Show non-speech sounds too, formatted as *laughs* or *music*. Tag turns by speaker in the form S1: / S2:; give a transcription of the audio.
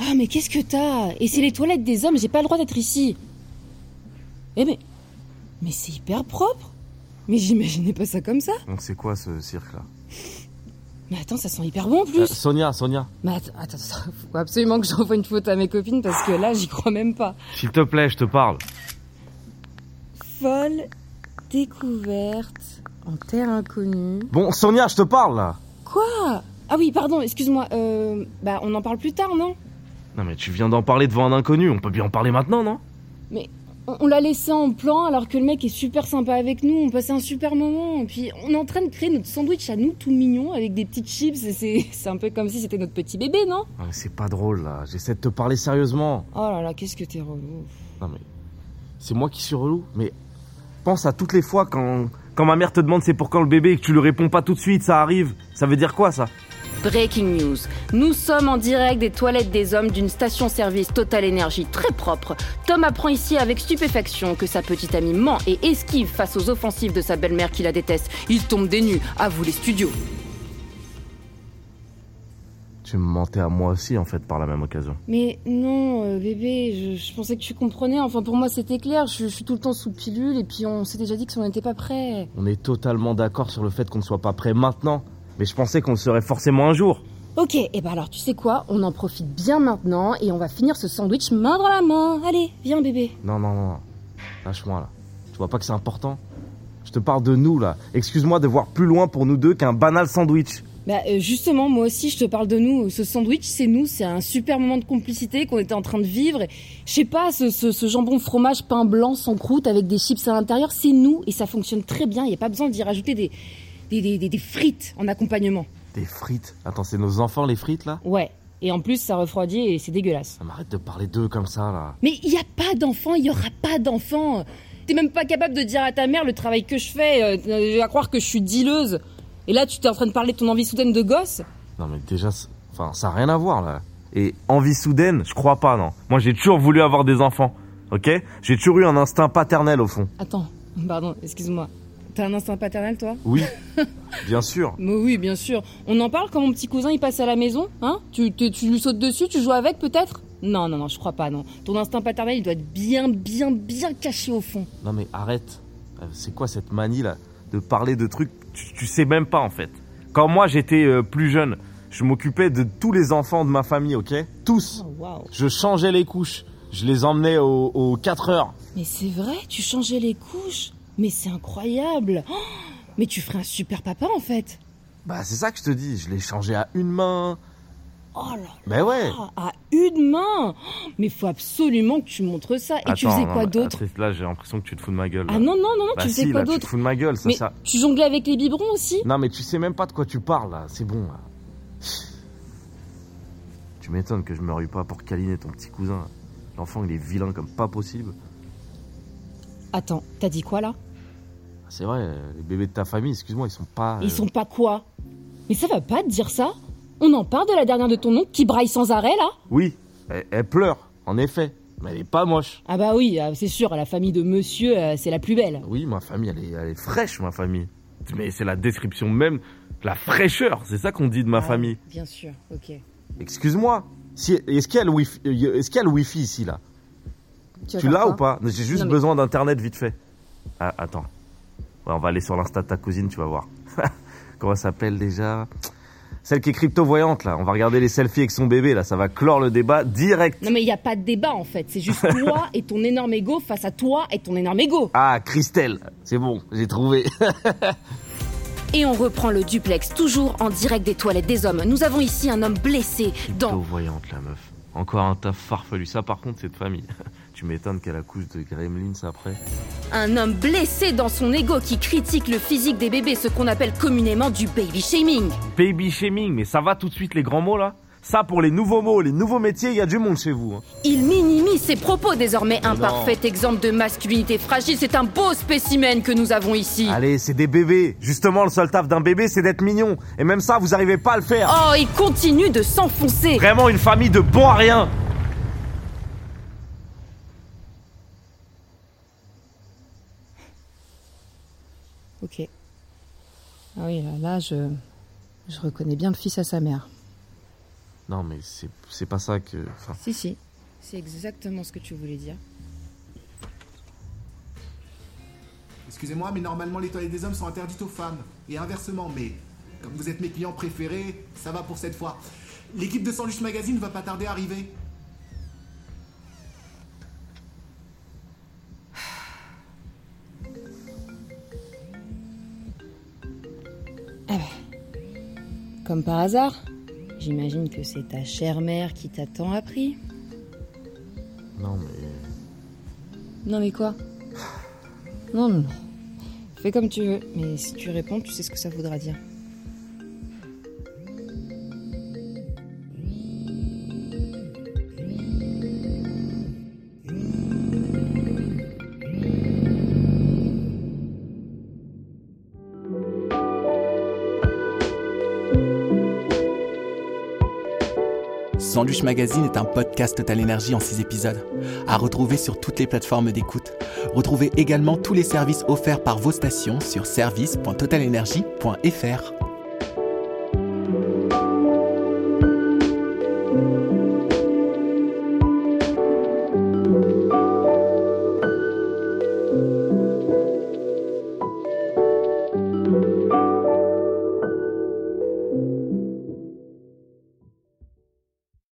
S1: Ah, mais qu'est-ce que t'as Et c'est les toilettes des hommes, j'ai pas le droit d'être ici. Eh mais. Mais c'est hyper propre Mais j'imaginais pas ça comme ça
S2: Donc c'est quoi ce cirque-là
S1: Mais attends, ça sent hyper bon en
S2: Euh,
S1: plus
S2: Bah, Sonia, Sonia,
S1: Ah, Mais attends, attends, faut absolument que j'envoie une photo à mes copines parce que là, j'y crois même pas.
S2: s'il te plaît, je te parle.
S1: Folle découverte en terre inconnue.
S2: Bon, Sonia, je te parle là.
S1: Quoi Ah oui, pardon, excuse-moi. Euh, bah, on en parle plus tard, non
S2: Non mais tu viens d'en parler devant un inconnu, on peut bien en parler maintenant, non
S1: On, on l'a laissé en plan alors que le mec est super sympa avec nous, on passait un super moment. Puis on est en train de créer notre sandwich à nous tout mignon avec des petites chips et c'est *laughs* c'est un peu comme si c'était notre petit bébé, non
S2: Non, Ah, mais c'est pas drôle là, j'essaie de te parler sérieusement.
S1: Oh là là, qu'est-ce que t'es relou.
S2: Non mais c'est moi qui suis relou, mais pense à toutes les fois quand quand ma mère te demande c'est pour quand le bébé et que tu lui réponds pas tout de suite, ça arrive. Ça veut dire quoi ça
S1: Breaking news. Nous sommes en direct des toilettes des hommes d'une station-service Total Energy très propre. Tom apprend ici avec stupéfaction que sa petite amie ment et esquive face aux offensives de sa belle-mère qui la déteste. Il tombe des nues. À vous les studios.
S2: Tu me mentais à moi aussi en fait par la même occasion.
S1: Mais non, euh, bébé, je, je pensais que tu comprenais. Enfin, pour moi, c'était clair. Je, je suis tout le temps sous pilule et puis on s'est déjà dit que si on n'était pas prêt.
S2: On est totalement d'accord sur le fait qu'on ne soit pas prêt maintenant, mais je pensais qu'on le serait forcément un jour.
S1: Ok, et ben alors tu sais quoi On en profite bien maintenant et on va finir ce sandwich main dans la main. Allez, viens, bébé.
S2: Non, non, non, non. lâche-moi là. Tu vois pas que c'est important Je te parle de nous là. Excuse-moi de voir plus loin pour nous deux qu'un banal sandwich.
S1: Bah euh, justement, moi aussi je te parle de nous. Ce sandwich, c'est nous, c'est un super moment de complicité qu'on était en train de vivre. Je sais pas, ce, ce- ce jambon fromage pain blanc sans croûte avec des chips à l'intérieur, c'est nous et ça fonctionne très bien. Il n'y a pas besoin d'y rajouter des, des, des, des- des frites en accompagnement.
S2: Des frites Attends, c'est nos enfants les frites là
S1: Ouais, et en plus ça refroidit et c'est dégueulasse.
S2: Ça m'arrête de parler d'eux comme ça là.
S1: Mais il n'y a pas d'enfant, il n'y aura pas d'enfant. T'es même pas capable de dire à ta mère le travail que je fais, euh, à croire que je suis dealeuse. Et là tu t'es en train de parler de ton envie soudaine de gosse
S2: Non mais déjà, c'est- enfin, ça n'a rien à voir là. Et envie soudaine, je crois pas non. Moi j'ai toujours voulu avoir des enfants, ok J'ai toujours eu un instinct paternel au fond.
S1: Attends, *laughs* pardon, excuse-moi. T'as un instinct paternel, toi
S2: Oui, *laughs* bien sûr.
S1: Mais oui, bien sûr. On en parle quand mon petit cousin il passe à la maison, hein tu, tu, tu lui sautes dessus, tu joues avec peut-être Non, non, non, je crois pas, non. Ton instinct paternel, il doit être bien, bien, bien caché au fond.
S2: Non mais arrête. Euh, C'est quoi cette manie là de parler de trucs tu, tu sais même pas en fait. Quand moi j'étais euh, plus jeune, je m'occupais de tous les enfants de ma famille, ok Tous.
S1: Oh, waouh.
S2: Je changeais les couches. Je les emmenais aux, 4 heures.
S1: Mais c'est vrai, tu changeais les couches. Mais c'est incroyable. Oh, mais tu ferais un super papa, en fait.
S2: Bah c'est ça que je te dis. Je les changeais à une main.
S1: Oh là
S2: Bah ouais.
S1: là, à une main Oh, Mais faut absolument que tu montres ça. Et tu faisais quoi d'autre
S2: Là j'ai l'impression que tu te fous de ma gueule.
S1: Ah non, non, non, non,
S2: Bah
S1: tu faisais
S2: si,
S1: quoi
S2: là, tu te
S1: d'autre
S2: fous de ma gueule, ça,
S1: Mais
S2: ça.
S1: tu jonglais avec les biberons aussi
S2: Non, mais tu sais même pas de quoi tu parles, là. C'est bon, là. Tu m'étonnes que je me rue pas pour câliner ton petit cousin. là. L'enfant, il est vilain comme pas possible.
S1: Attends, t'as dit quoi là
S2: C'est vrai, euh, les bébés de ta famille, excuse-moi, ils sont pas... euh,
S1: Ils sont pas quoi Mais ça va pas de dire ça On en parle de la dernière de ton oncle qui braille sans arrêt là
S2: Oui, elle, elle pleure, en effet. Mais elle est pas moche.
S1: Ah bah oui, euh, c'est sûr, la famille de monsieur, euh, c'est la plus belle.
S2: Oui, ma famille, elle est, elle est fraîche, ma famille. Mais c'est la description même, la fraîcheur, c'est ça qu'on dit de ma famille.
S1: Ah, Bien sûr, ok.
S2: Excuse-moi, si, est-ce qu'il y, a le wifi- euh, est-ce qu'il y a le wifi ici, là Tu l'as ou pas J'ai juste
S1: Non, mais-
S2: besoin d'internet vite fait. Ah, attends. Ouais, on va aller sur l'insta de ta cousine, tu vas voir. *laughs* Comment elle s'appelle déjà Celle qui est crypto-voyante là. On va regarder les selfies avec son bébé là. Ça va clore le débat direct.
S1: Non mais il y a pas de débat en fait, c'est juste toi et ton énorme ego face à toi et ton énorme ego.
S2: Ah, Christelle, c'est bon,
S1: *laughs*
S2: j'ai trouvé.
S3: Et on reprend le duplex, toujours en direct des toilettes des hommes. Nous avons ici un homme blessé dans...
S2: Crypto-voyante la meuf. Encore un taf farfelu. Ça par contre, c'est de famille. *laughs* tu m'étonnes qu'elle accouche de gremlins après.
S3: Un homme blessé dans son ego qui critique le physique des bébés, ce qu'on appelle communément du baby shaming.
S2: Baby shaming, mais ça va tout de suite les grands mots là Ça pour les nouveaux mots, les nouveaux métiers, il y a du monde chez vous. hein.
S3: Il minimise ses propos désormais. Un
S2: non.
S3: parfait exemple de masculinité fragile. C'est un beau spécimen que nous avons ici.
S2: Allez, c'est des bébés. Justement, le seul taf d'un bébé, c'est d'être mignon. Et même ça, vous arrivez pas à le faire.
S3: Oh, il continue de s'enfoncer.
S2: Vraiment une famille de bons à rien.
S1: Ok. Ah oui, là, là, je... je reconnais bien le fils à sa mère.
S2: Non, mais c'est c'est pas ça que. enfin,
S1: Si, si. C'est exactement ce que tu voulais dire.
S4: Excusez-moi, mais normalement les toilettes des hommes sont interdites aux femmes. Et inversement, mais comme vous êtes mes clients préférés, ça va pour cette fois. L'équipe de Sandwich Magazine va pas tarder à arriver.
S1: Comme par hasard, j'imagine que c'est ta chère mère qui t'a tant appris.
S2: non, mais.
S1: Non mais quoi Non, non, non. Fais comme tu veux, mais si tu réponds, tu sais ce que ça voudra dire.
S5: Sandwich Magazine est un podcast Total Énergie en 6 épisodes, à retrouver sur toutes les plateformes d'écoute. Retrouvez également tous les services offerts par vos stations sur service.totalenergie.fr.